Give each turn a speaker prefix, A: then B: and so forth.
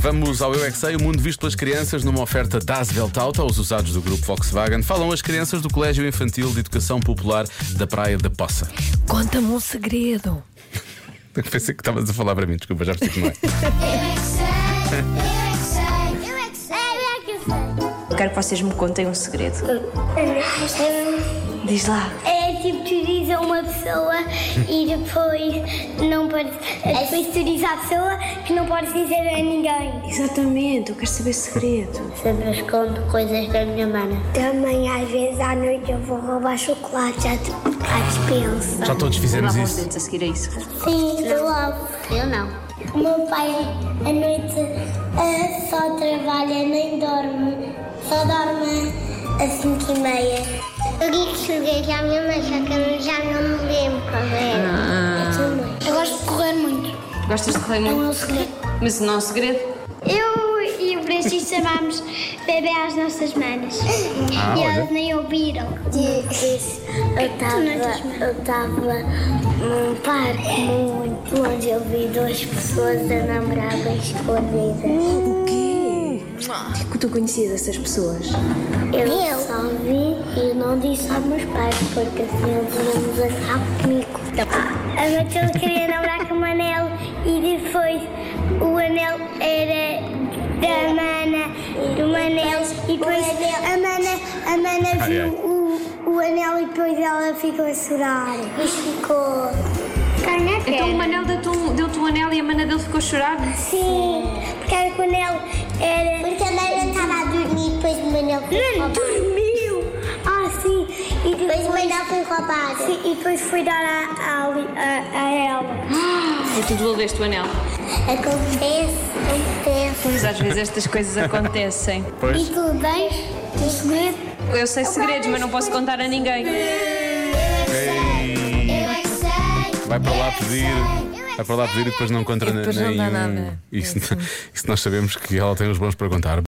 A: Vamos ao Eu é que Sei, o mundo visto pelas crianças numa oferta das Veltauta aos usados do grupo Volkswagen. Falam as crianças do Colégio Infantil de Educação Popular da Praia da Poça.
B: Conta-me um segredo.
A: Eu Pensei que estavas a falar para mim, desculpa, já percebi que não é.
C: Eu quero que vocês me contem um segredo. Diz lá.
D: É tipo teoriza uma pessoa e depois não pode. Depois teoriza a pessoa que não pode dizer a ninguém.
C: Exatamente, eu quero saber segredo.
D: Sempre escondo coisas da minha mana. Também às vezes à noite eu vou roubar chocolate à, à dispensa.
A: Já todos fizemos
C: Lavam os
A: isso.
C: dentes a seguir a isso.
D: Sim, eu amo. Eu não. O meu pai é à noite ah, só trabalha, nem dorme. Só dorme às 5 e meia. Eu digo cheguei já a minha mãe, só que eu já não me lembro qual Ah. era. Eu gosto de correr muito.
C: Gostas de correr muito?
D: segredo.
C: Mas não é um segredo?
D: Eu e o Francisco chamámos bebê às nossas manas.
A: Ah,
D: e
A: olha.
D: elas nem ouviram. é Eu estava num parque muito longe. Eu vi duas pessoas a namorarem escondidas.
C: O
B: Hum.
C: quê? Como que tu conhecias essas pessoas?
D: Eu, só vi e não disse aos meus pais, porque assim eles iam acabar comigo. Ah, A Matilde queria namorar com o anel e depois o anel era da mana, do anel e depois a mana, a mana
A: Ai, ai.
D: viu o, o anel e depois ela ficou a chorar. E ficou... Quem é que
C: Então o Manel deu-te um, deu-te um anel e a mana dele ficou a chorar?
D: Sim, porque era quando ele era. Porque a Manuel estava a dormir e depois o Manuel foi Não dormiu! Ah, sim! E depois, o Manuel foi roubado. Sim, e depois foi dar a, a, a, a ela.
C: E tu devolveste o anel.
D: Acontece, acontece.
C: Mas às vezes estas coisas acontecem.
D: E tu tens um segredo?
C: Eu sei segredos, mas não posso contar a ninguém.
D: é
A: Ei, Vai para lá pedir.
D: É
A: Vai para lá pedir e depois não conta
B: E depois não dá
A: nenhum.
B: nada.
A: Isso, isso nós sabemos que ela tem os bons para contar.